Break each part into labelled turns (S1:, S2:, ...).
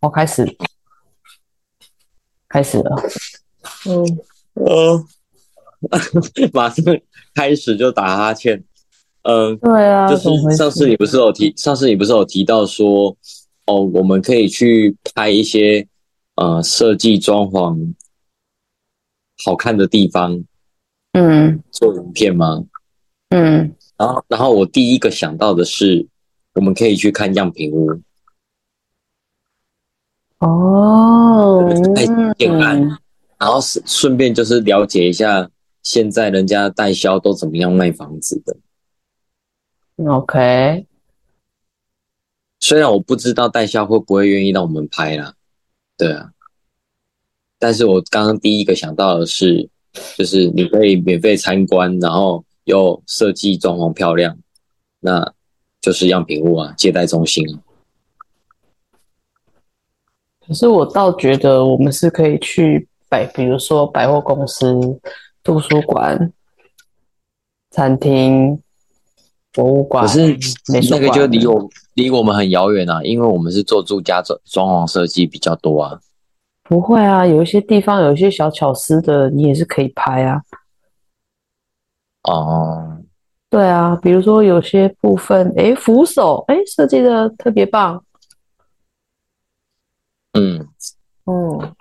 S1: 我哦开始，开始了。
S2: 嗯，
S3: 呃， 马上开始就打哈欠。嗯、
S1: 对啊，
S3: 就
S1: 怎么
S3: 是
S1: 回
S3: 上次
S1: 事？
S3: 你不是有提，上次你不是有提到说，哦，我们可以去拍一些呃设计装潢好看的地方
S1: 嗯
S3: 做影片吗？
S1: 嗯，
S3: 然后，然后我第一个想到的是，我们可以去看样品屋。
S1: 哦，
S3: 哎简单
S1: 嗯，
S3: 然后是顺便就是了解一下现在人家代销都怎么样卖房子的。
S1: OK，
S3: 虽然我不知道代销会不会愿意让我们拍啦，对啊，但是我刚刚第一个想到的是，就是你可以免费参观，然后又设计装潢漂亮，那就是样品屋啊，接待中心啊。
S1: 可是我倒觉得我们是可以去百，比如说百货公司、图书馆、餐厅、博物馆，
S3: 可是
S1: 美术
S3: 那
S1: 馆
S3: 个就离我离我们很遥远啊，因为我们是做住家装装潢设计比较多啊。
S1: 不会啊，有一些地方有一些小巧思的，你也是可以拍啊。
S3: 哦、
S1: 对啊，比如说有些部分，诶，扶手，诶，设计的特别棒，
S3: 嗯，
S1: 嗯，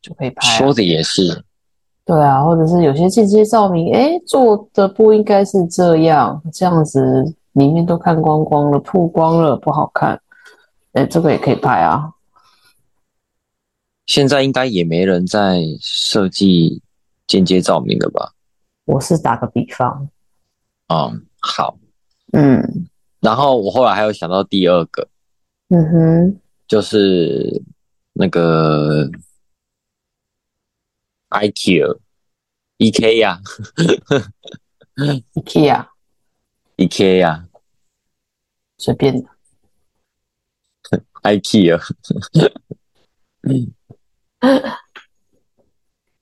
S1: 就可以拍啊。
S3: 说的也是，
S1: 对啊，或者是有些间接照明，诶，做的不应该是这样，这样子里面都看光光了，曝光了，不好看。诶，这个也可以拍啊。
S3: 现在应该也没人在设计间接照明了吧？
S1: 我是打个比方，
S3: 嗯，好。
S1: 嗯
S3: 然后我后来还有想到第二个，
S1: 嗯哼，
S3: 就是那个 IKEA、IKEA、
S1: IKEA
S3: ，E IKEA、
S1: 随便的，
S3: IKEA，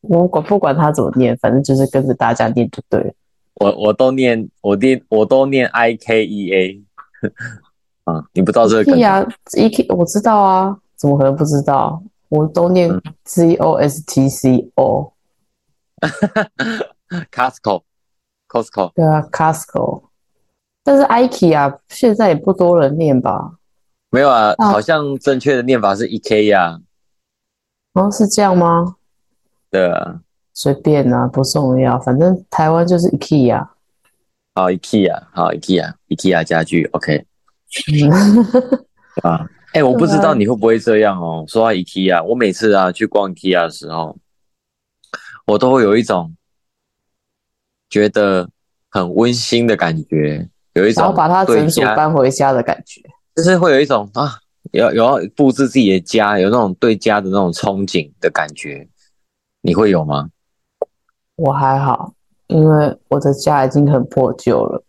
S1: 我管不管它怎么念，反正就是跟着大家念就对了。
S3: 我我都念我念我都念 IKEA 啊，你不知道这个梗
S1: IKEA IKEA 我知道啊，怎么可能不知道？我都念
S3: 嗯
S1: C O S T C O，
S3: Costco、Costco
S1: 对啊，Costco，但是 IKEA 现在也不多人念吧？
S3: 没有啊，
S1: 啊
S3: 好像正确的念法是 E IKEA
S1: 哦，是这样吗？
S3: 的，
S1: 随便啊，不重要，反正台湾就是 IKEA。
S3: 好 IKEA，好，E IKEA IKEA 家具，OK。啊，哎、我不知
S1: 对啊
S3: 道你会不会这样哦。说到 IKEA，我每次啊去逛 IKEA 的时候，我都会有一种觉得很温馨的感觉，有一
S1: 想要
S3: 种
S1: 把它
S3: 对
S1: 整组
S3: 家，
S1: 搬回家的感觉。
S3: 就是会有一种啊，有有要布置自己的家，有那种对家的那种憧憬的感觉，你会有吗？
S1: 我还好，因为我的家已经很破旧了，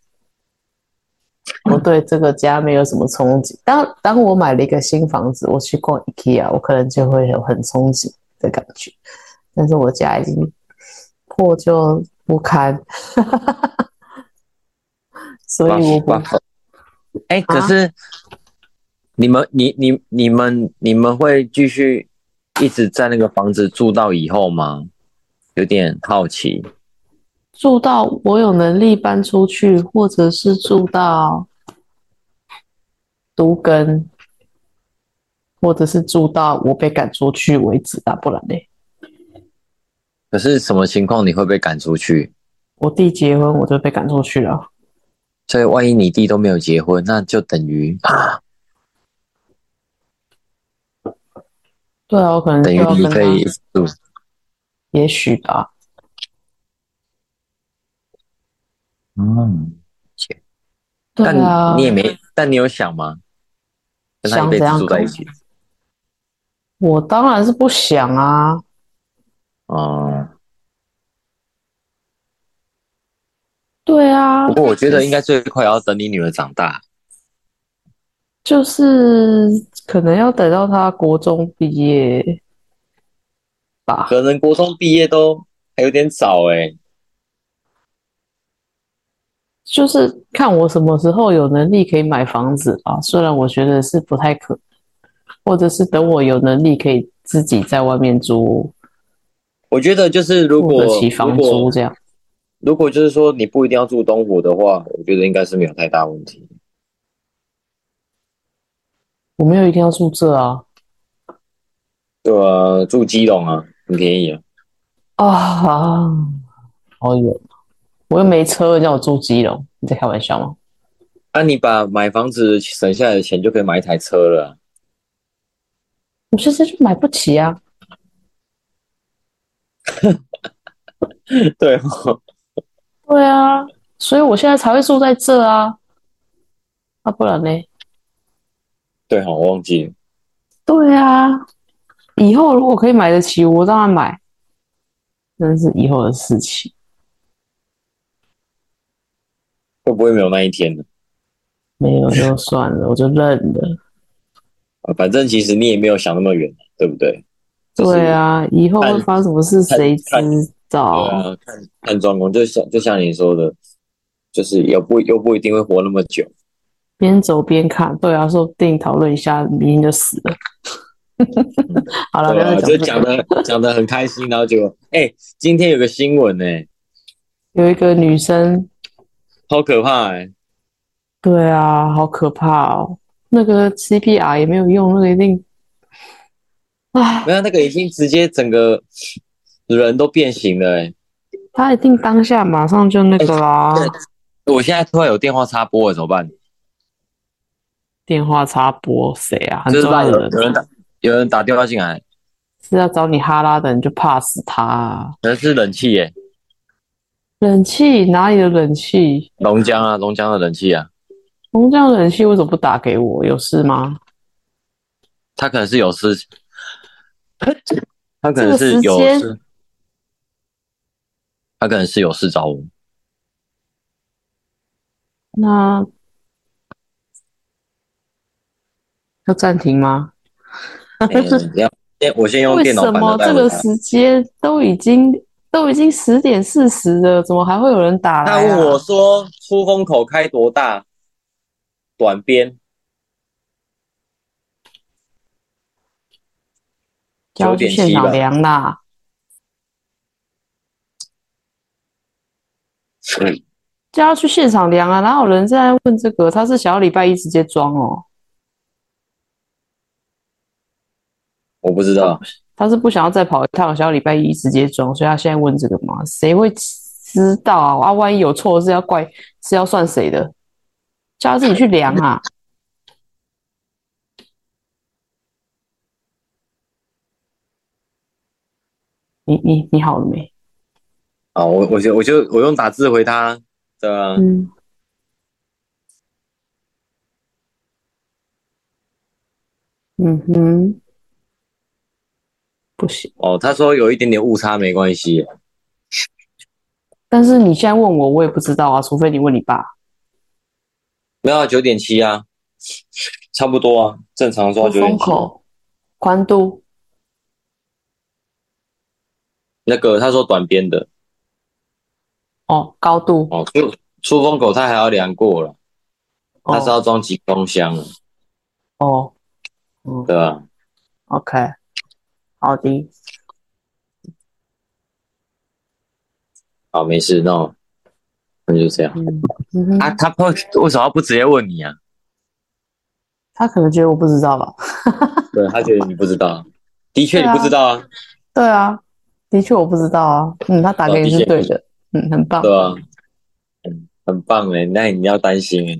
S1: 我对这个家没有什么憧憬。当当我买了一个新房子，我去逛 IKEA，我可能就会有很憧憬的感觉。但是我家已经破旧不堪， 所以我不
S3: 哇哇
S1: 啊
S3: 哎、可是你们，你你你们你们会继续一直在那个房子住到以后吗？有点好奇。
S1: 住到我有能力搬出去，或者是住到独根，或者是住到我被赶出去为止啊，不然嘞。
S3: 可是什么情况你会被赶出去？
S1: 我弟结婚，我就被赶出去了。
S3: 所以万一你弟都没有结婚，那就等于啊，
S1: 对啊，我可能就
S3: 等于
S1: 要
S3: 你
S1: 跟
S3: 可以
S1: 他，
S3: 住。
S1: 也许吧。
S3: 嗯，
S1: 对
S3: 但
S1: 啊，
S3: 你也没，但你有想吗？跟他一辈子住在一起？
S1: 我当然是不想啊。
S3: 哦、
S1: 对啊
S3: 不，过我觉得应该最快也要等你女儿长大。
S1: 就是可能要等到他国中毕业吧。
S3: 可能国中毕业都还有点早哎、
S1: 就是看我什么时候有能力可以买房子啊，虽然我觉得是不太可，或者是等我有能力可以自己在外面租，
S3: 我觉得就是如
S1: 付
S3: 果
S1: 得起房
S3: 如果
S1: 租这样。
S3: 如果就是说你不一定要住东湖的话，我觉得应该是没有太大问题。
S1: 我没有一定要住这啊
S3: 对啊，住基隆啊，很便宜啊。
S1: 啊，好远，啊我又没车，你叫我住基隆，你在开玩笑吗？
S3: 那、啊你把买房子省下来的钱就可以买一台车了 啊、
S1: 我现在就买不起啊，啊
S3: 对哦，
S1: 对啊，所以我现在才会住在这啊，啊，不然呢？
S3: 对哦，我忘记了。
S1: 对啊，以后如果可以买得起，我当然买，真是以后的事情。
S3: 会不会没有那一天呢？
S1: 没有就算了，我就认了。
S3: 啊，反正其实你也没有想那么远，对不对？就是
S1: 对，啊，以后会发生什么事，谁知
S3: 对
S1: 道？
S3: 啊，看看状况，就像就像你说的，就是又不又不一定会活那么久。
S1: 边走边看，对啊，说不定讨论一下，明天就死了。 好了，不
S3: 对
S1: 要
S3: 啊，
S1: 再
S3: 就
S1: 讲
S3: 讲
S1: 这个。
S3: 的讲的很开心，然后结果，哎、今天有个新闻呢、
S1: 有一个女生，
S3: 好可怕哎、
S1: 对啊，好可怕哦。那个 CPR 也没有用，那个一定，唉，
S3: 没有那个已经直接整个人都变形了哎、
S1: 她一定当下马上就那个啦，
S3: 哎我现在突然有电话插播了，怎么办？
S1: 电话插播谁啊？很
S3: 就是
S1: 重
S3: 怕
S1: 要
S3: 有
S1: 的人
S3: 人有人打有人打电话进来，
S1: 是要找你哈拉的，你就 pass 他啊。
S3: 可能是冷气耶、
S1: 冷气哪里的冷气？
S3: 龙江啊，龙江的冷气啊，
S1: 红酱冷气为什么不打给我？有事吗？
S3: 他可能是 有事，他
S1: 这
S3: 可
S1: 个
S3: 能是
S1: 时
S3: 有
S1: 间
S3: 事，他可能是有事找 我。
S1: 那要暂停吗？
S3: 哎你要先我先用
S1: 为
S3: 电脑
S1: 什
S3: 版的
S1: 么
S3: 代
S1: 这
S3: 问
S1: 个
S3: 他。
S1: 时间啊都已经都已经十点四十了，怎么还会有人打来、
S3: 他
S1: 啊？
S3: 问我说：“出风口开多大？短边
S1: 叫我去现场量啦。
S3: 嗯
S1: 就要去现场量啊！哪有人在问这个？他是想要礼拜一直接装哦，？”
S3: 我不知道，
S1: 他是不想要再跑一趟，想要礼拜一直接装，所以他现在问这个嘛？谁会知道啊？啊，万一有错是要怪是要算谁的？叫他自己去量啊！你你你好了没？
S3: 啊，我我就我就我用打字回他的，
S1: 嗯，嗯哼，不行。
S3: 哦，他说有一点点误差没关系，
S1: 但是你现在问我，我也不知道啊，除非你问你爸。
S3: 没有九点七啊，差不多啊，正常说九
S1: 出
S3: 点
S1: 风
S3: 七。
S1: 口宽度
S3: 那个他说短边的
S1: 哦，高度
S3: 哦，出出风口他还要量过了，他是
S1: 哦
S3: 要装集装箱啊的，
S1: 哦，嗯
S3: 对吧？
S1: ，OK，好的，
S3: 好，没事，那我那就这样
S1: 嗯嗯哼
S3: 啊。他不为什么不直接问你啊？
S1: 他可能觉得我不知道吧？
S3: 对他觉得你不知道，的确
S1: 对
S3: 你
S1: 啊
S3: 不知道啊，
S1: 对啊，的确我不知道啊。嗯，他打给你
S3: 哦的
S1: 是
S3: 确
S1: 对的，嗯，很棒。
S3: 对啊吧？嗯，很棒哎，那你要担心哎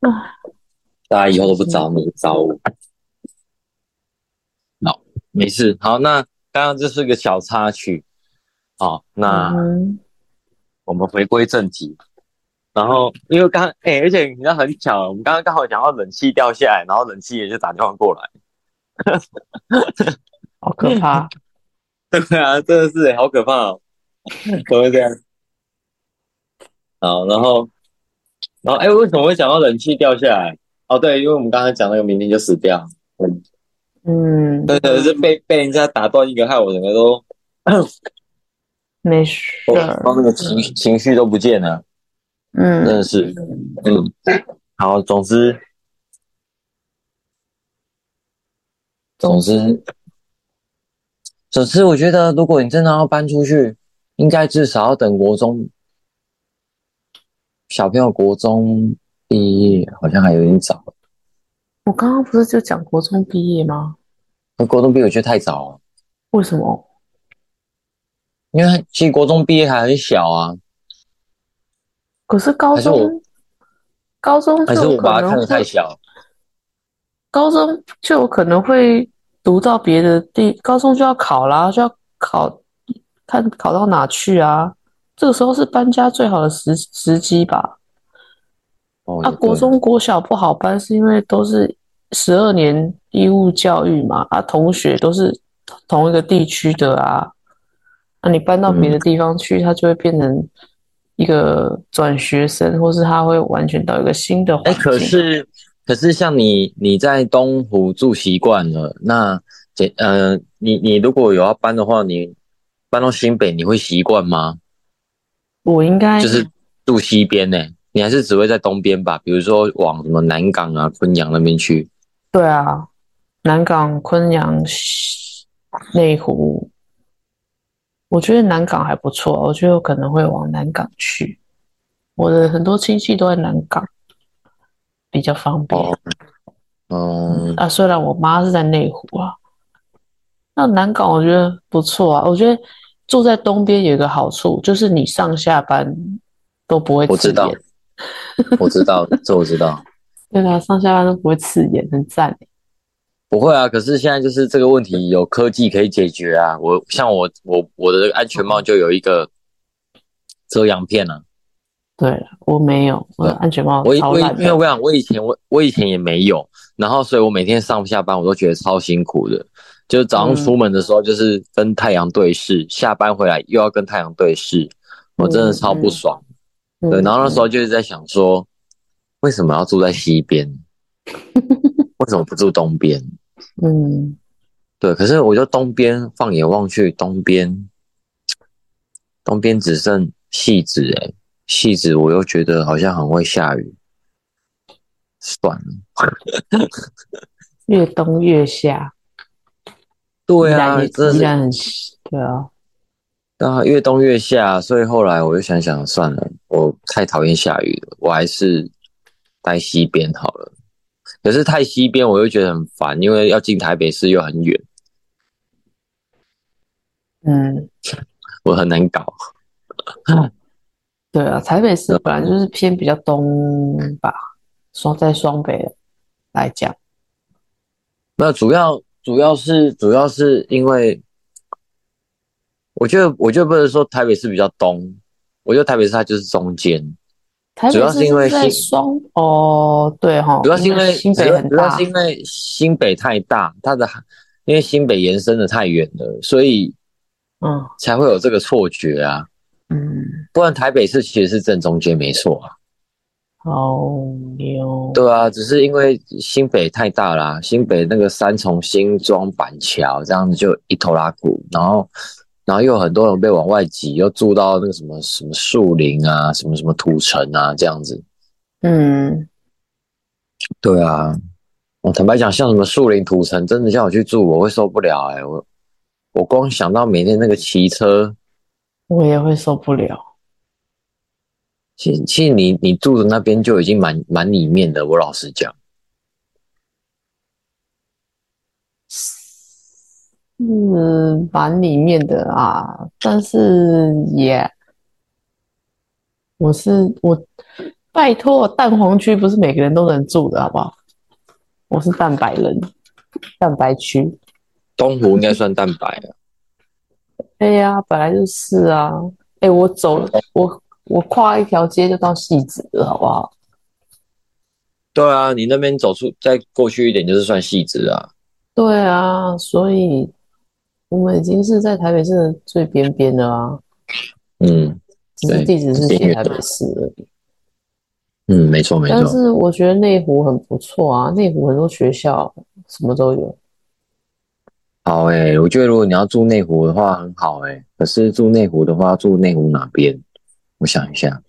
S1: 唉。
S3: 大家以后都不找你，找我。好，没事。好，那刚刚这是个小插曲。好，那。
S1: 嗯
S3: 我们回归正题。然后，因为刚哎、而且你知道很巧，我们刚刚刚好讲到冷气掉下来，然后冷气也就打电话过来。
S1: 好可 怕。
S3: 对啊，真的是、好可怕哦，怎么会这样？好，然后，然后哎、为什么会讲到冷气掉下来？哦，对，因为我们刚才讲那个明天就死掉，
S1: 嗯，
S3: 真的是被被人家打断一个，害我整个都
S1: 没事
S3: 都
S1: 儿。啊
S3: 那个情情绪都不见了。
S1: 嗯
S3: 真的是，嗯，好，总之，总之，总之，我觉得如果你真的要搬出去，应该至少要等国中小朋友国中毕业，好像还有点早。
S1: 我刚刚不是就讲国中毕业吗？
S3: 那国中毕业我觉得太早了，
S1: 为什么？
S3: 因为其实国中毕业还很小啊，
S1: 可是高
S3: 还是我
S1: 中，高中
S3: 还
S1: 就是有
S3: 我
S1: 可
S3: 把它
S1: 能
S3: 看得太
S1: 会
S3: 小？
S1: 高中就有可能会读到别的地，高中就要考啦，就要考，看考到哪去啊？这个时候是搬家最好的时时机吧？
S3: 哦，
S1: 啊，
S3: 也
S1: 国
S3: 对
S1: 中、国小不好搬，是因为都是十二年义务教育嘛，啊，同学都是同一个地区的啊，那、你搬到
S3: 嗯
S1: 别的地方去，他就会变成一个转学生，或是他会完全到一个新的
S3: 哎、
S1: 环
S3: 可
S1: 境。
S3: 是可是像你你在东湖住习惯了，那这呃，你你如果有要搬的话，你搬到新北你会习惯吗？
S1: 我应该
S3: 就是住西边呢、你还是只会在东边吧？比如说往什么南港啊、昆阳那边去。
S1: 对啊，南港、昆阳、西内湖，我觉得南港还不错，我觉得我可能会往南港去。我的很多亲戚都在南港，比较方便。
S3: 哦 嗯，
S1: 啊，虽然我妈是在内湖啊，那南港我觉得不错啊。我觉得住在东边有一个好处，就是你上下班都不会
S3: 我
S1: 刺
S3: 知道
S1: 眼。，
S3: 我知道，这我知道。
S1: 对啊，上下班都不会刺眼，很赞。欸
S3: 不会啊，可是现在就是这个问题有科技可以解决啊。我像我我我的安全
S1: 哦
S3: 帽就有一个遮阳片啊。
S1: 对了，我没有，我的
S3: 对啊
S1: 安全帽
S3: 我以
S1: 哦超
S3: 我以
S1: 烂
S3: 因为
S1: 的。
S3: 我想我以前我我以前也没有，然后所以我每天上下班我都觉得超辛苦的，就早上出门的时候就是跟太阳对视，下班回来又要跟太阳对视，我真的超不爽。
S1: 嗯
S3: 对，然后那时候就是在想说，为什么要住在西边？为什么不住东边？
S1: 嗯，
S3: 对，可是我就东边放眼望去，东边东边只剩戏子诶、欸，戏子我又觉得好像很会下雨，算了。
S1: 越东越下，
S3: 对
S1: 依然
S3: 啊，
S1: 也
S3: 真的
S1: 依
S3: 是
S1: 然很西对啊，
S3: 啊，越冬越下，所以后来我就想想算了，我太讨厌下雨了，我还是待西边好了。可是太西边我又觉得很烦，因为要进台北市又很远，
S1: 嗯，
S3: 我很难搞。
S1: 对啊，台北市本来就是偏比较东吧，双在双北来讲，
S3: 那主要主要是主要是因为，我觉得我觉得不能说台北市比较东，我觉得台北市它就是中间，
S1: 台北
S3: 主要
S1: 市
S3: 是因为
S1: 在
S3: 新
S1: 双哦，对哈，
S3: 主要是因为
S1: 新
S3: 主
S1: 北
S3: 要
S1: 很
S3: 主要
S1: 大
S3: 是，因为新北太大，它的因为新北延伸的太远了，所以
S1: 嗯
S3: 才会有这个错觉啊。
S1: 嗯，
S3: 不然台北市其实是正中间没错啊，
S1: 好牛，
S3: 对啊，只是因为新北太大啦、新北那个三重、新庄、板桥这样子就一头拉苦，然后然后又有很多人被往外挤，又住到那个什么什么树林啊、什么什么土城啊这样子。
S1: 嗯，
S3: 对啊，我坦白讲，像什么树林、土城，真的叫我去住，我会受不了哎、我我光想到每天那个骑车，
S1: 我也会受不了，
S3: 其实其实你你住的那边就已经蛮蛮里面的。我老实讲，
S1: 嗯，蛮里面的啊，但是也，我是我，拜托，蛋黄区不是每个人都能住的，好不好？我是蛋白人， 蛋白区，
S3: 东湖应该算蛋白了。
S1: 对呀，本来就是啊，哎，我走了，我我跨一条街就到戏子了，好不好？
S3: 对啊，你那边走出再过去一点就是算细致啊。
S1: 对啊，所以我们已经是在台北市的最边边了啊，
S3: 嗯
S1: 只是
S3: 对
S1: 地址是
S3: 边
S1: 写
S3: 缘
S1: 台
S3: 的
S1: 北市而已。
S3: 嗯，没错没
S1: 但
S3: 错。
S1: 是我觉得内湖很不错啊，内湖很多学校什么都有。
S3: 好诶、我觉得如果你要住内湖的话哎很好诶、可是住内湖的话，住内湖哪边？我想一下，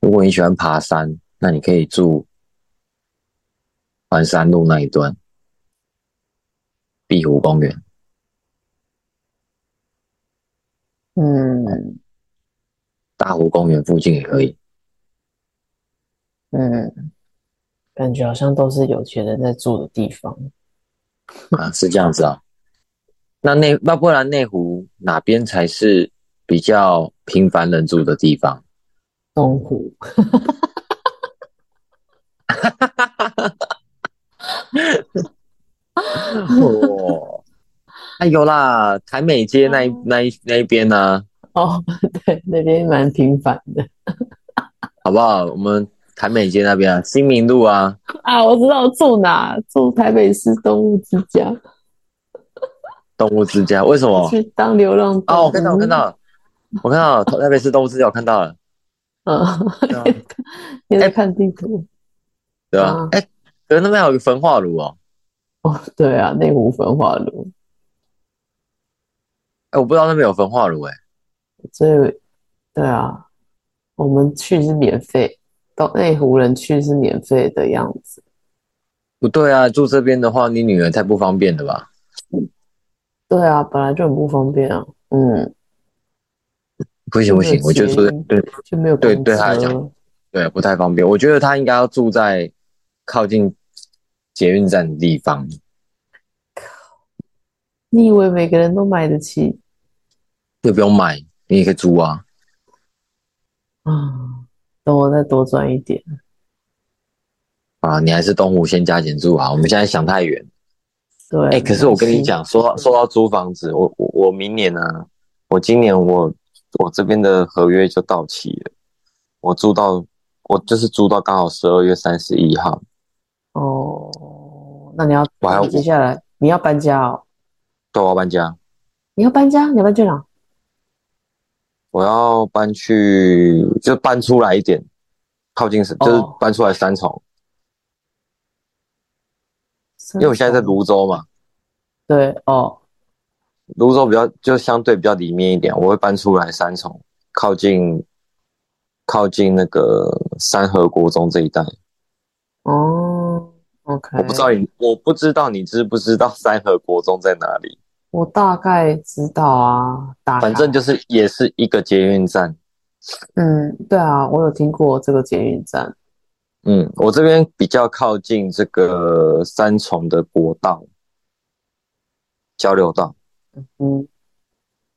S3: 如果你喜欢爬山，那你可以住环山路那一段，碧湖公园。
S1: 嗯
S3: 大湖公园附近也可以。
S1: 嗯，感觉好像都是有钱人在住的地方。
S3: 啊，是这样子啊。那内那不然内湖哪边才是比较平凡人住的地方？
S1: 东湖，
S3: 哦，哎有啦，台美街那一那一那一边啊呢、
S1: 哦，对，那边蛮平凡的
S3: 好不好？我们台美街那边啊，新民路啊，
S1: 啊。我知道住哪，住台北市动物之家，
S3: 动物之家，为什么？
S1: 去当流浪动物。
S3: 哦哦，我看到，我看到了，我看到了，台北市动物之家，我看到了，对 啊哎
S1: 嗯，你在看地图？
S3: 对吧
S1: 啊？
S3: 哎、可是那边还有一个焚化炉哦。
S1: 哦，对啊，内湖焚化炉，
S3: 哎、我不知道那边有焚化炉哎、
S1: 所以对啊，我们去是免费，到内湖人去是免费的样子。
S3: 不对啊，住这边的话，你女儿太不方便了吧？
S1: 对啊，本来就很不方便啊，嗯，
S3: 不行不行，我觉得住在
S1: 嗯
S3: 对
S1: 就没有
S3: 对
S1: 公
S3: 对他来
S1: 车
S3: 讲对不太方便。我觉得她应该要住在靠近捷运站的地方。
S1: 你以为每个人都买得起
S3: 又不用买，你也可以租啊。
S1: 啊？等我再多赚一点。
S3: 啊，你还是东湖先加减住啊。我们现在想太远。
S1: 对，
S3: 哎、可是我跟你讲，说到
S1: 嗯
S3: 说到租房子，我我我明年呢、啊，我今年我我这边的合约就到期了，我住到我就是租到刚好十二月三十一号，
S1: 哦，那你要
S3: 我还
S1: 你接下来你要搬家哦？
S3: 对，我要搬家，
S1: 你要搬家？你要搬去哪？
S3: 我要搬去就搬出来一点，靠近是就是
S1: 哦
S3: 搬出来三重，因为我现在在泸州嘛，
S1: 对哦，
S3: 泸州比较就相对比较里面一点，我会搬出来三重，靠近靠近那个三河国中这一带。
S1: 哦，OK，
S3: 我不知道你，我不知道你知不知道三河国中在哪里，
S1: 我大概知道啊，大概
S3: 反正就是也是一个捷运站。
S1: 嗯，对啊，我有听过这个捷运站，
S3: 嗯，我这边比较靠近这个三重的国道交流道。
S1: 嗯，
S3: 嗯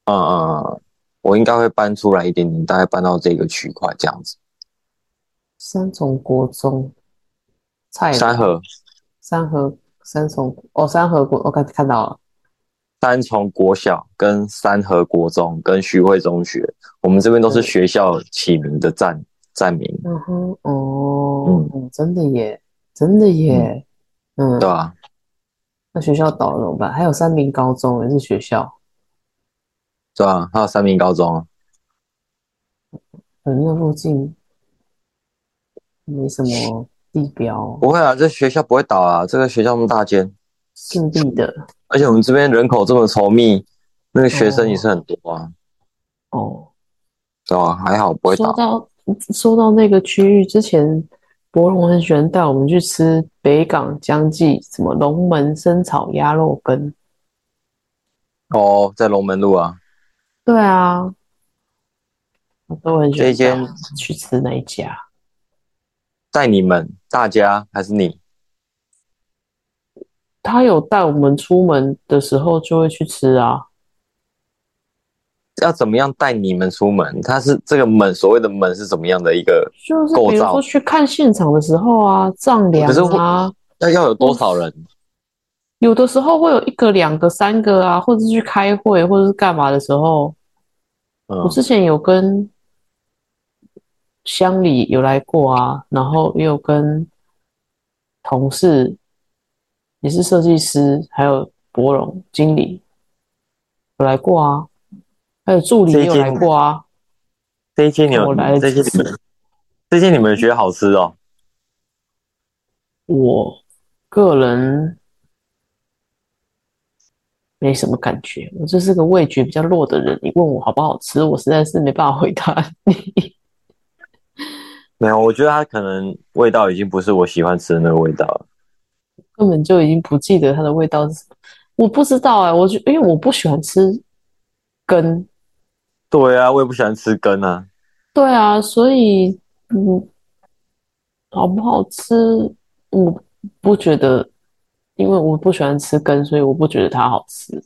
S3: 嗯嗯，我应该会搬出来一点点，大概搬到这个区块这样子。
S1: 三重国中，菜篮
S3: 三河
S1: 三河三重哦，三河国我看看到了，
S3: 三重国小跟三河国中跟徐汇中学，我们这边都是
S1: 对
S3: 学校起名的站站名，
S1: 嗯哼，哦，嗯，真的耶，真的耶，嗯，
S3: 对吧、
S1: 那学校倒了怎么办？还有三明高中也是学校，
S3: 对吧、还有三明高中啊，
S1: 可能那附近没什么地标，
S3: 不会啊，这学校不会倒啊，这个学校那么大间，
S1: 势利的
S3: 而且我们这边人口这么稠密，那个学生也是很多啊，
S1: 哦。
S3: 对吧、还好不会
S1: 说
S3: 倒。
S1: 到说到那个区域之前，博龙很喜欢带我们去吃北港江记什么龙门生炒鸭肉羹。
S3: 哦，在龙门路啊，
S1: 对啊，我都很喜
S3: 这
S1: 欢
S3: 一间
S1: 带我们去吃那一家。
S3: 带你们大家还是你？
S1: 他有带我们出门的时候就会去吃啊。
S3: 要怎么样带你们出门？它是这个门所谓的门是怎么样的一个？
S1: 就是
S3: 构
S1: 比如
S3: 造
S1: 说去看现场的时候啊，丈量
S3: 可是会
S1: 啊，
S3: 要要有多少人？
S1: 有的时候会有一个、两个、三个啊，或者是去开会或者是干嘛的时候，
S3: 嗯
S1: 我，之前有跟乡里有来过啊，然后也有跟同事，也是设计师，还有博荣经理有来过啊，还有助理也有来过啊。
S3: 这一间你
S1: 我
S3: 们
S1: 来了
S3: 这一间你们这一间你们觉得好吃哦？
S1: 我个人没什么感觉，我就是个味觉比较弱的人。你问我好不好吃，我实在是没办法回答你。
S3: 没有，我觉得它可能味道已经不是我喜欢吃的那个味道了。
S1: 根本就已经不记得它的味道是什么。我不知道哎、我就因为我不喜欢吃根，
S3: 对啊，我也不喜欢吃根啊。
S1: 对啊，所以嗯，好不好吃，我不觉得，因为我不喜欢吃根，所以我不觉得它好吃。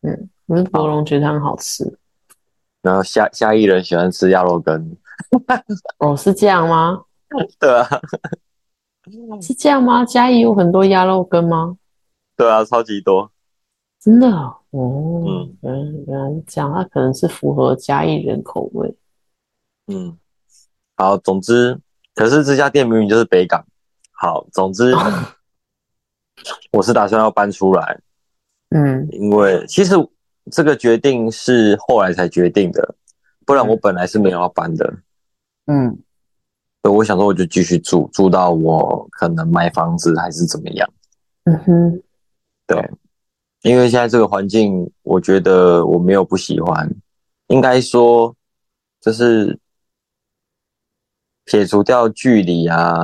S3: 嗯，
S1: 可是博龙觉得它很好吃
S3: 然后下下一人喜欢吃鸭肉羹，
S1: 哦，是这样吗？
S3: 对啊，
S1: 是这样吗？嘉义有很多鸭肉羹吗？
S3: 对啊，超级多。
S1: 真的啊哦，
S3: 嗯
S1: 原原来是这样，它可能是符合嘉义人口味。
S3: 嗯，好，总之，可是这家店明明就是北港。好，总 之，我是打算要搬出来，
S1: 嗯
S3: 因为其实这个决定是后来才决定的，不然我本来是没有要搬的。
S1: 嗯
S3: 对，我想说我就继续住，住到我可能买房子还是怎么样。
S1: 嗯哼，
S3: 因为现在这个环境，我觉得我没有不喜欢，应该说就是撇除掉距离啊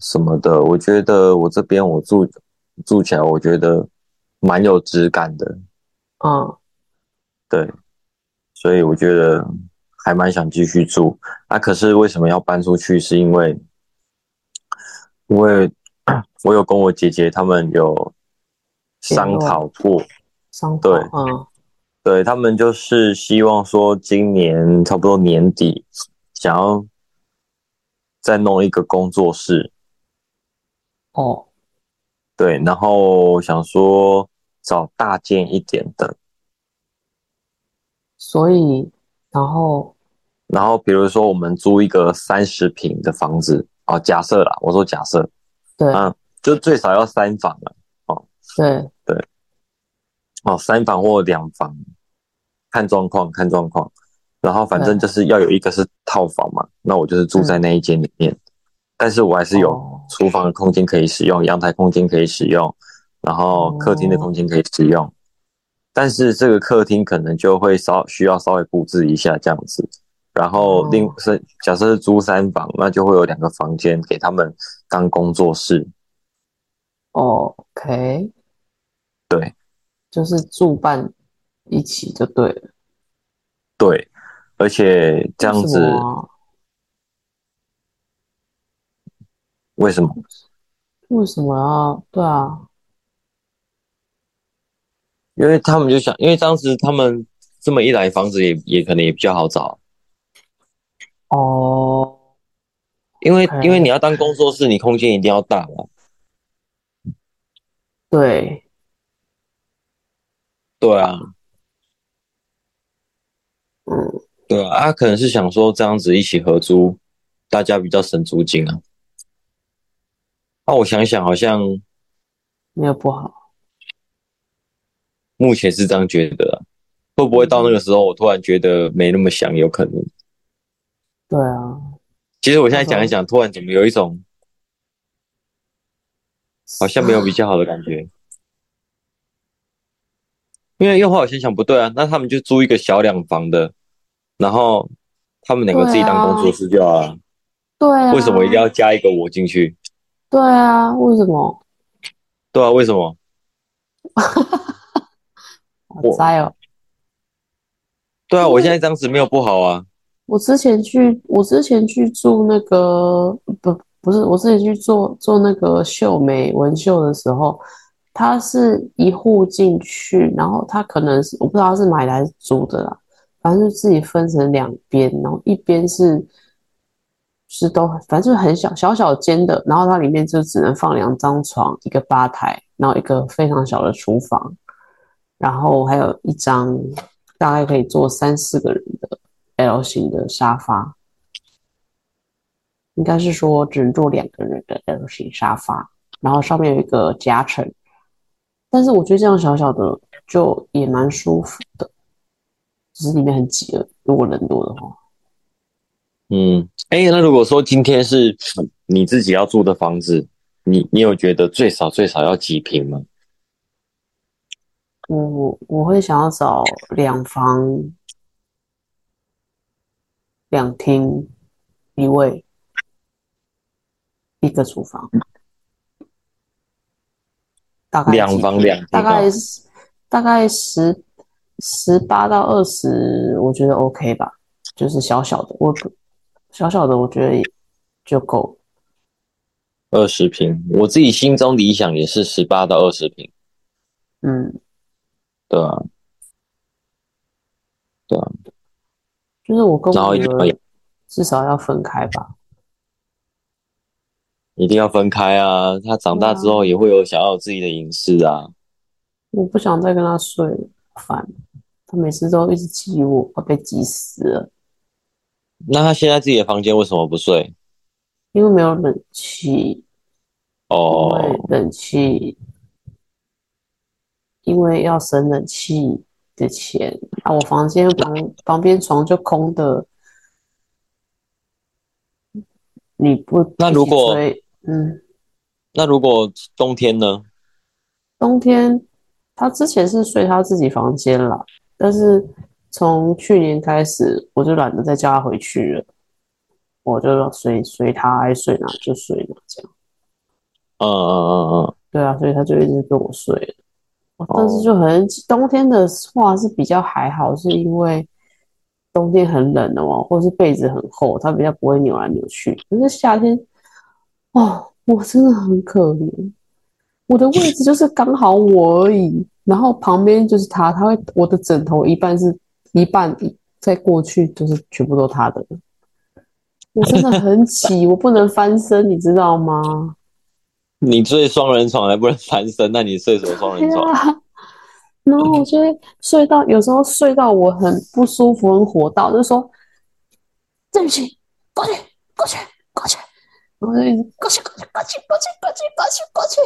S3: 什么的，我觉得我这边我住住起来，我觉得蛮有质感的，
S1: 啊
S3: 对，所以我觉得还蛮想继续住。啊，可是为什么要搬出去？是因为因为我有跟我姐姐他们有商
S1: 联络
S3: 讨过。
S1: 伤口
S3: 对
S1: 嗯
S3: 对，他们就是希望说，今年差不多年底，想要再弄一个工作室。
S1: 哦
S3: 对，然后想说找大件一点的，
S1: 所以然后
S3: 然后比如说我们租一个三十平的房子，哦，假设啦，我说假设，
S1: 对
S3: 嗯，就最少要三房了，
S1: 对
S3: 哦，三房或两房，看状况，看状况。然后反正就是要有一个是套房嘛，那我就是住在那一间里面，但是我还是有
S1: 嗯哦
S3: 厨房的空间可以使用，阳台空间可以使用，然后
S1: 哦
S3: 客厅的空间可以使用，但是这个客厅可能就会稍需要稍微布置一下这样子。然后
S1: 哦
S3: 另是假设是租三房，那就会有两个房间给他们当工作室。
S1: 哦 OK，
S3: 对
S1: 就是住伴一起就对了，
S3: 对，而且这样
S1: 为
S3: 子
S1: 什么啊
S3: 为什么？
S1: 为什么要对啊？
S3: 因为他们就想，因为当时他们这么一来，房子也也可能也比较好找，
S1: 哦，
S3: 因为
S1: OK
S3: 因为你要当工作室，你空间一定要大嘛。
S1: 对，
S3: 对啊，
S1: 嗯，
S3: 对啊，啊，可能是想说这样子一起合租，大家比较省租金啊。那、我想想，好像
S1: 没有不好，
S3: 目前是这样觉得、啊，会不会到那个时候，我突然觉得没那么想，有可能。
S1: 对啊，
S3: 其实我现在想一想，突然怎么有一种好像没有比较好的感觉。因为又后来想想不对啊，那他们就租一个小两房的，然后他们两个自己当工作室就好了，
S1: 对啊，
S3: 为什么一定要加一个我进去？
S1: 对啊？为什么？
S3: 对啊，为什么？
S1: 我猜哦，
S3: 对啊，我现在这样子没有不好啊。
S1: 我之前去，我之前去住那个不不是，我之前去做做那个秀美纹绣的时候，它是一户进去，然后它可能是我不知道它是买的还是租的啦，反正就自己分成两边，然后一边是是都反正就是很小小小间的，然后它里面就只能放两张床，一个吧台，然后一个非常小的厨房，然后还有一张大概可以坐三四个人的 L 型的沙发，应该是说只能坐两个人的 L 型沙发，然后上面有一个夹层，但是我觉得这样小小的就也蛮舒服的，只是里面很挤了，如果人多的话，
S3: 嗯，哎、那如果说今天是你自己要住的房子，你你有觉得最少最少要几平吗？
S1: 我我我会想要找两房两厅一位，一个厨房，大概
S4: 两
S1: 几
S4: 房两厅
S3: 啊
S1: 大概
S4: 哦，
S1: 是大概十十八到二十，我觉得 OK 吧，就是小小的，我不小小的我觉得也就够。
S4: 二十平。
S3: 我自己心中理想也是十八到二十平，
S1: 嗯，
S3: 对啊，
S1: 就是我跟
S3: 然后
S1: 我
S3: 一定
S1: 女
S3: 要
S1: 儿至少要分开吧。
S3: 一定要分开啊。他长大之后也会有想要有自己的隐私啊。
S1: 我不想再跟她睡了，烦。她每次都一直挤我，我被挤死了。
S3: 那他现在自己的房间为什么不睡？
S1: 因为没有冷气，因
S3: 哦，
S1: 为冷气，因为要省冷气的钱啊，我房间旁旁边床就空的，你不
S3: 那
S1: 一起
S3: 如果
S1: 吹嗯，
S3: 那如果冬天呢？
S1: 冬天他之前是睡他自己房间啦，但是从去年开始，我就懒得再叫他回去了，我就随随他爱睡哪就睡哪这样。
S3: 嗯嗯嗯嗯，
S1: 对啊，所以他就一直跟我睡了。哦但是就很冬天的话是比较还好，是因为冬天很冷的哦，或是被子很厚，它比较不会扭来扭去。可是夏天，哦，我真的很可怜，我的位置就是刚好我而已，然后旁边就是他，他会我的枕头一半是一半再过去就是全部都他的了，我真的很挤，我不能翻身，你知道吗？
S3: 你睡双人床还不能翻身，那你睡什么双人
S1: 对
S3: 床？
S1: 啊，然后我就会睡到，有时候睡到我很不舒服、很火大，我就说对不起，过去，过去，过去，然后就一直过去，过去，过去，过去，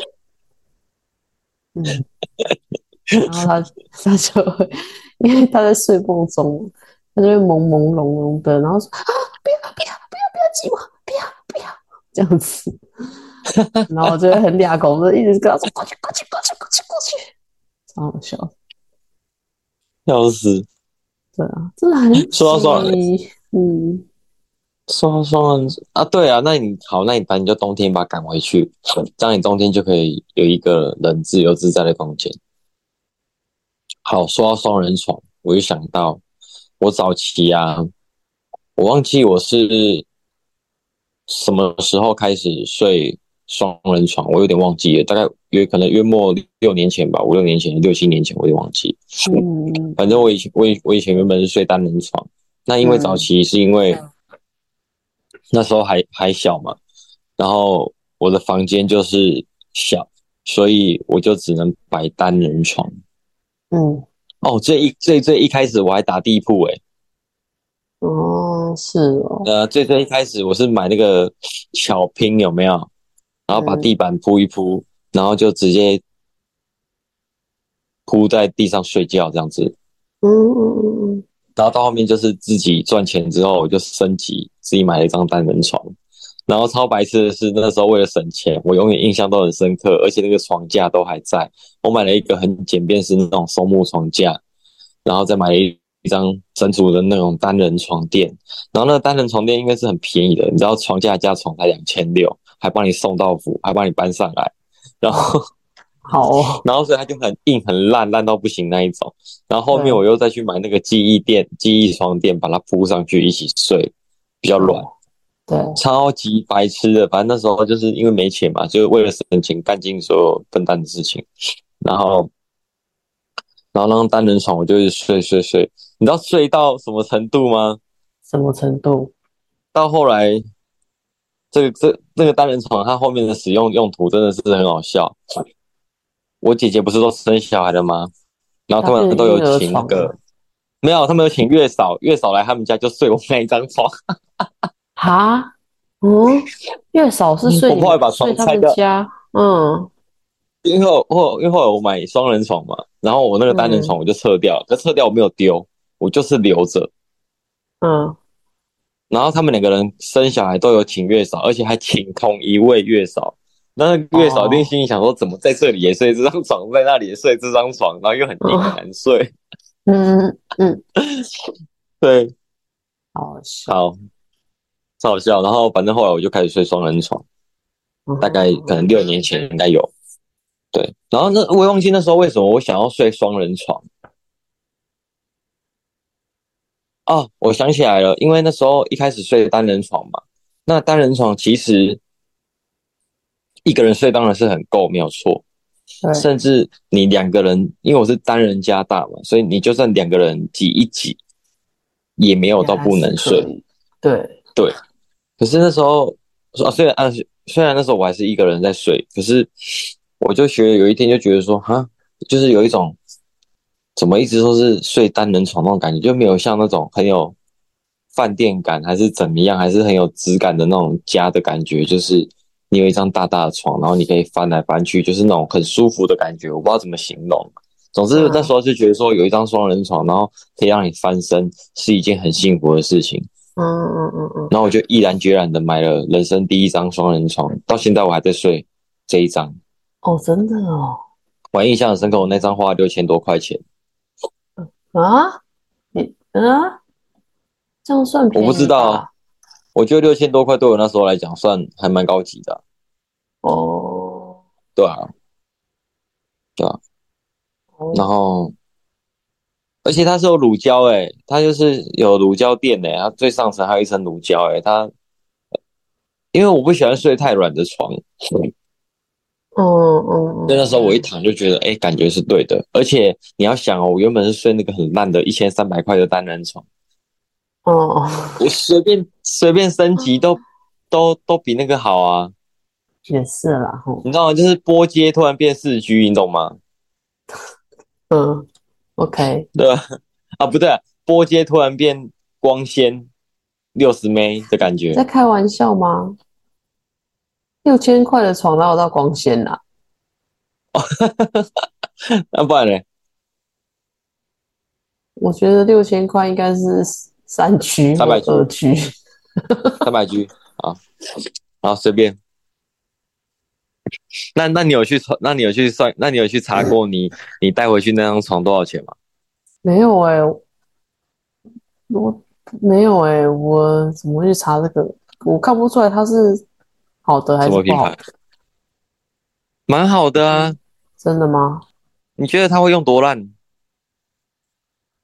S1: 过去，过去，过去。嗯，然后他他就会，因为他在睡梦中，他就会朦朦胧胧的，然后说啊，不要，不要，不要，不要挤我，不要，不要，这样子。然后我就会很俩狗，我就一直跟他说过去，过去，过去，过去，过去，超好笑。
S3: 笑死！
S1: 对啊，真的很
S3: 说到双
S1: 挤嗯，
S3: 双双人啊，对啊，那你好，那你把你就冬天把它赶回去，这样你冬天就可以有一个人自由自在的空间。好，说到双人床，我就想到我早期啊，我忘记我是什么时候开始睡双人床，我有点忘记了，大概约可能约莫六年前吧，五六年前、六七年前，我有点忘记。
S1: 嗯，
S3: 反正我以前我以我以前原本是睡单人床，那因为
S1: 嗯
S3: 早期是因为那时候还还小嘛，然后我的房间就是小，所以我就只能摆单人床。
S1: 嗯，
S3: 哦，最一最最一开始我还打地铺诶、
S1: 哦，是哦，
S3: 呃，最最一开始我是买那个巧拼有没有？然后把
S1: 嗯
S3: 地板铺一铺，然后就直接铺在地上睡觉这样子。
S1: 嗯嗯嗯
S3: 然后到后面就是自己赚钱之后，我就升级，自己买了一张单人床。然后超白痴的是，那时候为了省钱，我永远印象都很深刻，而且那个床架都还在。我买了一个很简便式那种松木床架，然后再买一一张整组的那种单人床垫。然后那个单人床垫应该是很便宜的，你知道床架加床才两千六，还帮你送到府，还帮你搬上来。然后
S1: 好哦，
S3: 然后所以它就很硬、很烂、烂到不行那一种。然后后
S1: 对
S3: 面我又再去买那个记忆垫、记忆床垫，把它铺上去一起睡，比较软。
S1: 对，
S3: 超级白痴的，反正那时候就是因为没钱嘛，就是为了省钱干尽所有笨蛋的事情。然后，然后那张单人床我就是睡睡睡，你知道睡到什么程度吗？
S1: 什么程度？
S3: 到后来，这个这这个单人床它后面的使用用途真的是很好笑。我姐姐不是都生小孩了吗？然后他们都有请
S1: 啊它变成婴儿
S3: 那
S1: 床啊
S3: 个
S1: 了，
S3: 没有，他们有请月嫂，月嫂来他们家就睡我那一张床。
S1: 哈，嗯，月嫂是睡
S3: 嗯我
S1: 你
S3: 怕我把床
S1: 睡他
S3: 拆
S1: 们
S3: 掉
S1: 家，嗯，
S3: 因为我后因为后来我买双人床嘛，然后我那个单人
S1: 嗯
S3: 床我就撤掉了，可撤掉我没有丢，我就是留着。
S1: 嗯，
S3: 然后他们两个人生小孩都有请月嫂，而且还请同一位月嫂。那个月嫂一定心里想说，怎么在这里也睡这张床，在那里也睡这张床，然后又很硬
S1: 嗯
S3: 很难睡。
S1: 嗯嗯，
S3: 对，
S1: 好笑，
S3: 好，超好笑。然后反正后来我就开始睡双人床，大概可能六年前应该有。对，然后那我也忘记那时候为什么我想要睡双人床。哦，我想起来了，因为那时候一开始睡单人床嘛，那单人床其实一个人睡当然是很够，没有错。
S1: 对
S3: 甚至你两个人，因为我是单人加大嘛，所以你就算两个人挤一挤，也没有到不能
S1: 还
S3: 睡。
S1: 是可以。对，
S3: 可是那时候，啊，虽然啊，虽然那时候我还是一个人在睡，可是我就觉得有一天就觉得说，哈，就是有一种怎么一直都是睡单人床那种感觉，就没有像那种很有饭店感，还是怎么样，还是很有质感的那种家的感觉，就是你有一张大大的床，然后你可以翻来翻去，就是那种很舒服的感觉，我不知道怎么形容。总之
S1: 嗯
S3: 那时候就觉得说，有一张双人床，然后可以让你翻身，是一件很幸福的事情。
S1: 嗯嗯嗯嗯，
S3: 然后我就毅然决然的买了人生第一张双人床，到现在我还在睡这一张。
S1: 哦，真的哦，
S3: 我还印象很深刻，我那张花了六千多块钱，
S1: 啊，你啊，这样算便宜
S3: 我不知道
S1: 吧
S3: 啊我觉得六千多块对我那时候来讲算还蛮高级的啊、
S1: 哦，
S3: 对啊。
S1: 哦
S3: 然后，而且它是有乳胶诶、它就是有乳胶垫诶、它最上层还有一层乳胶诶、它因为我不喜欢睡太软的床，
S1: 嗯嗯嗯，
S3: 所以那时候我一躺就觉得，哎、感觉是对的。而且你要想哦，我原本是睡那个很烂的一千三百块的单人床。
S1: 哦，
S3: 我随便随便升级都都都比那个好啊，
S1: 也是啦，吼
S3: 你知道吗？就是波街突然变四 G，你懂吗？
S1: 嗯，OK，
S3: 对吧啊，不对啊、波街突然变光纤六十 m 的感觉
S1: 在，开玩笑吗？六千块的床哪有到光纤啊啦？
S3: 那、啊不然呢？
S1: 我觉得六千块应该是三区或
S3: 300
S1: 二区，
S3: 三百 G 啊，好随便。那那你有去算？那你有去算？那你有去查过你你带回去那张床多少钱吗？
S1: 没有哎、我没有哎、我怎么会去查这个？我看不出来它是好的还
S3: 什
S1: 是
S3: 么品
S1: 不好
S3: 牌？蛮好的啊，
S1: 真的吗？
S3: 你觉得他会用多烂？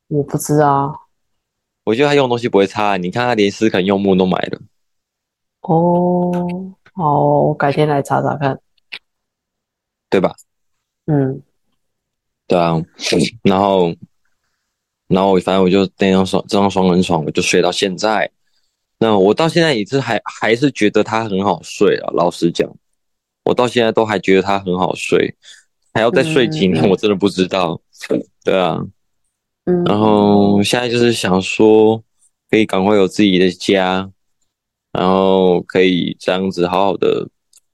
S1: 我不知道啊
S3: 我觉得他用的东西不会差，啊你看他连斯肯用木都买了，
S1: 哦，好，我改天来查查看。
S3: 对吧？
S1: 嗯，
S3: 对啊，然后，然后我反正我就那张双这张双人床，我就睡到现在。那我到现在也是还还是觉得它很好睡啊，老实讲，我到现在都还觉得它很好睡，还要再睡几年，
S1: 嗯
S3: 我真的不知道。对啊，
S1: 嗯，
S3: 然后现在就是想说，可以赶快有自己的家，然后可以这样子好好的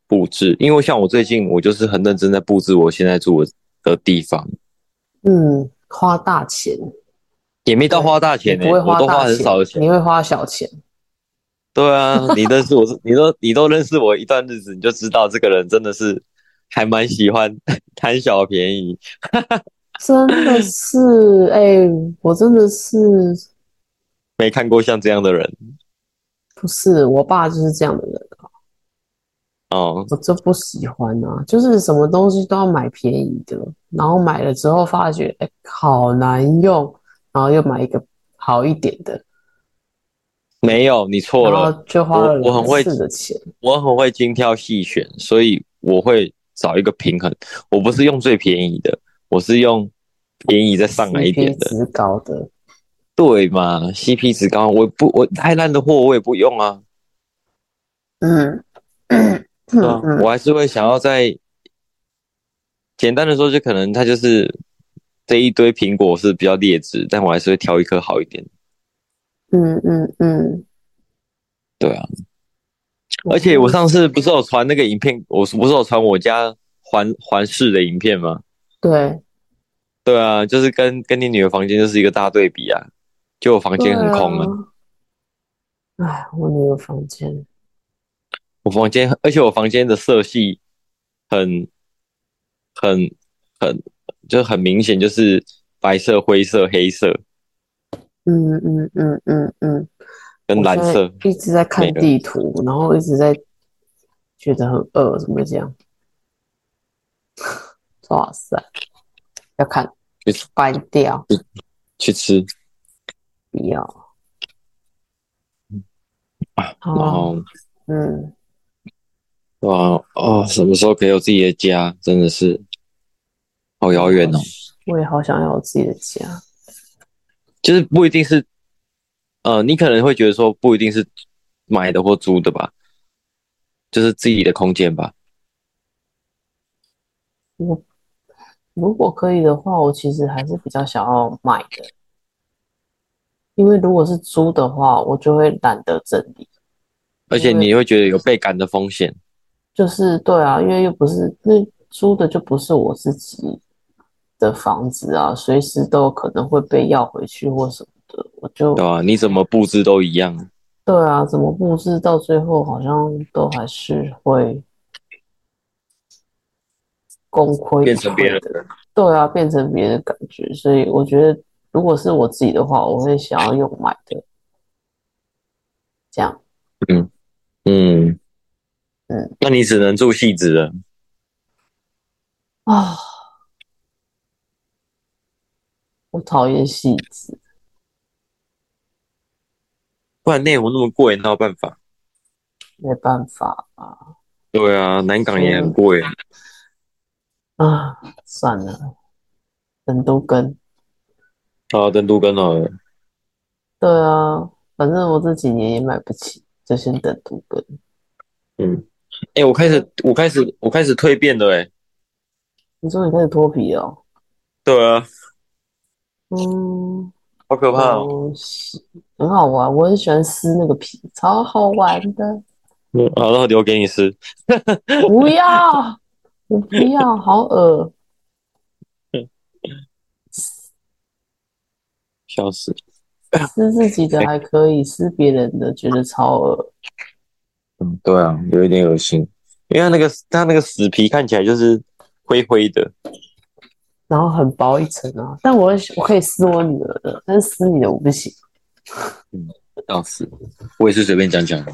S3: 布置。因为像我最近，我就是很认真在布置我现在住的的地方，
S1: 嗯，花大钱，
S3: 也没到花大钱
S1: 你
S3: 呢、
S1: 不会
S3: 我都
S1: 大
S3: 花很少的钱。
S1: 你会花小钱。
S3: 对 啊，你认识我是，你都你都认识我一段日子，你就知道这个人真的是还蛮喜欢 贪小便宜。
S1: 真的 是，哎、我真的是
S3: 没看过像这样的人
S1: 不是我爸就是这样的人，
S3: 哦，
S1: 我就不喜欢啊，就是什么东西都要买便宜的，然后买了之后发觉，哎、好难用，然后又买一个好一点的，
S3: 没有，你错
S1: 然
S3: 了。
S1: 后就花了
S3: 我我很会
S1: 两次的钱。
S3: 我很会精挑细选，所以我会找一个平衡。我不是用最便宜的，我是用便宜再上来一点
S1: CP
S3: 的，
S1: 值高的，
S3: 对嘛？CP 值高，我不我太烂的货我也不用啊，
S1: 嗯，
S3: 对啊吧？
S1: 嗯
S3: 我还是会想要在简单的说，就可能它就是这一堆苹果是比较劣质，但我还是会挑一颗好一点的，
S1: 嗯嗯嗯，
S3: 对啊。
S1: 哦
S3: 而且我上次不是有传那个影片，我不是有传我家环环视的影片吗？
S1: 对
S3: 对啊，就是跟跟你女儿房间就是一个大对比啊，就我房间很空啊，
S1: 对啊。哎，我女儿房间，
S3: 我房间，而且我房间的色系很很很，就很明显，就是白色、灰色、黑色。
S1: 嗯嗯嗯嗯嗯，
S3: 跟蓝
S1: 我现
S3: 色
S1: 在。一直在看
S3: 美的
S1: 地图，然后一直在觉得很饿，怎么会这样？ 哇塞，要看
S3: 就是
S1: 关掉，
S3: 去吃，
S1: 不要。
S3: 嗯然
S1: 好，啊
S3: 后
S1: 嗯，
S3: 哇哦，什么时候可以有自己的家？真的是好遥远哦。
S1: 我也好想要有自己的家。
S3: 就是不一定是，呃，你可能会觉得说不一定是买的或租的吧，就是自己的空间吧。
S1: 我如果可以的话，我其实还是比较想要买的，因为如果是租的话，我就会懒得整理。
S3: 而且你会觉得有被赶的风险，
S1: 就是对啊，因为又不是那租的就不是我自己的房子啊，随时都有可能会被要回去或什么的，我就
S3: 对吧、你怎么布置都一样，
S1: 对啊，怎么布置到最后好像都还是会功亏
S3: 变
S1: 一
S3: 成
S1: 篑
S3: 别人
S1: 的。
S3: 的。
S1: 对啊，变成别人的感觉，所以我觉得如果是我自己的话，我会想要用买的，这样
S3: 嗯
S1: 嗯，
S3: 那你只能住戏子了。
S1: 啊，我讨厌戏子，
S3: 不然内湖那么贵，哪有办法？
S1: 没办法啊，
S3: 对啊，南港也很贵，
S1: 啊，算了，人都跟，
S3: 啊，登都跟好了。
S1: 对啊，反正我这几年也买不起，就先等都跟，
S3: 嗯，哎、我开始，我开始，我开始蜕变了、欸，哎，
S1: 你说你开始脱皮了哦，
S3: 对啊，
S1: 嗯，
S3: 好可怕哦、
S1: 哦，是很好玩，我很喜欢撕那个皮，超好玩的。
S3: 嗯，好，那我留给你吃。
S1: 不要，我不要，好恶。
S3: 笑死！
S1: 撕自己的还可以，撕别人的觉得超恶。
S3: 嗯，对啊，有一点恶心，因为它那个它那个死皮看起来就是灰灰的，
S1: 然后很薄一层啊，但我我可以撕我女儿的，但是撕你的我不行。
S3: 笑死！我也是随便讲 讲的，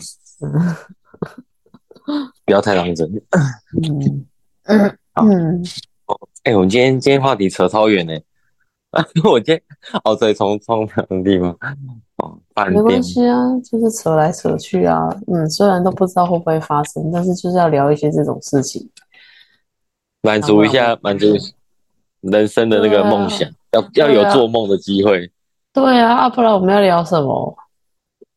S3: 不要太当真。
S1: 嗯
S3: 好
S1: 嗯，
S3: 哎、我们今天今天话题扯超远呢、啊， 我今天哦，对，从从哪个地方？哦，饭
S1: 没
S3: 店
S1: 关。系啊，就是扯来扯去啊。嗯，虽然都不知道会不会发生，但是就是要聊一些这种事情。
S3: 满足一下，满足人生的那个梦想，要要
S1: 啊对啊
S3: 有做梦的机会，
S1: 对啊，啊不然我们要聊什么？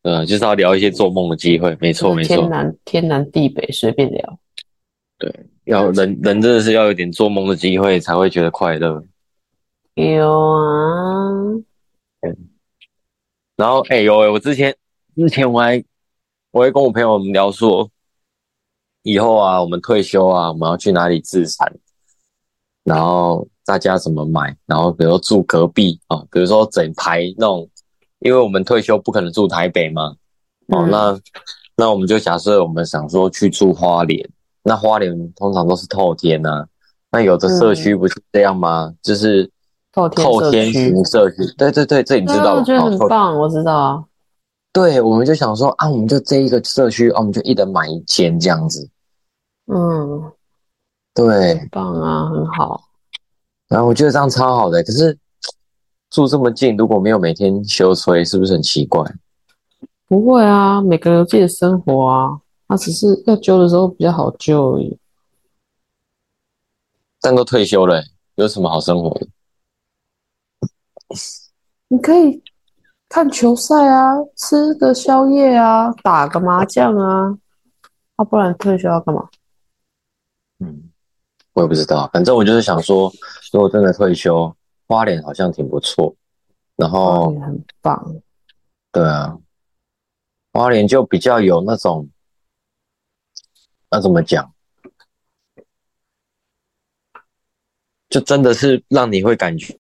S3: 呃，就是要聊一些做梦的机会，没错没
S1: 天
S3: 错，
S1: 南天南地北随便聊。
S3: 要人人真的是要有点做梦的机会才会觉得快乐。
S1: 有啊，
S3: 然后哎呦喂，我之前之前我还我会跟我朋友们聊说，以后啊，我们退休啊，我们要去哪里自产，然后大家怎么买，然后比如说住隔壁啊、比如说整排那种，因为我们退休不可能住台北嘛，哦，
S1: 嗯
S3: 那那我们就假设我们想说去住花莲，那花莲通常都是透天呐、那有的社区不是这样吗？就是
S1: 透天
S3: 透天
S1: 社区
S3: 型社区，对对对，这你知
S1: 对啊，
S3: 道
S1: 我
S3: 吧？
S1: 觉得
S3: 哦
S1: 很
S3: 透
S1: 棒，我知道啊。
S3: 对，我们就想说啊，我们就这一个社区，啊，我们就一人买一间这样子。
S1: 嗯，
S3: 对，
S1: 棒啊，很好。
S3: 然后我觉得这样超好的，可是住这么近，如果没有每天修吹，是不是很奇怪？
S1: 不会啊，每个人有自己的生活啊，他只是要揪的时候比较好揪而已。
S3: 但都退休了、有什么好生活的？
S1: 你可以看球赛啊，吃个宵夜啊，打个麻将啊，啊，不然退休要干嘛？
S3: 嗯，我也不知道，反正我就是想说，如果真的退休，花莲好像挺不错。然后，
S1: 也很棒。
S3: 对啊，花莲就比较有那种，那怎么讲？就真的是让你会感觉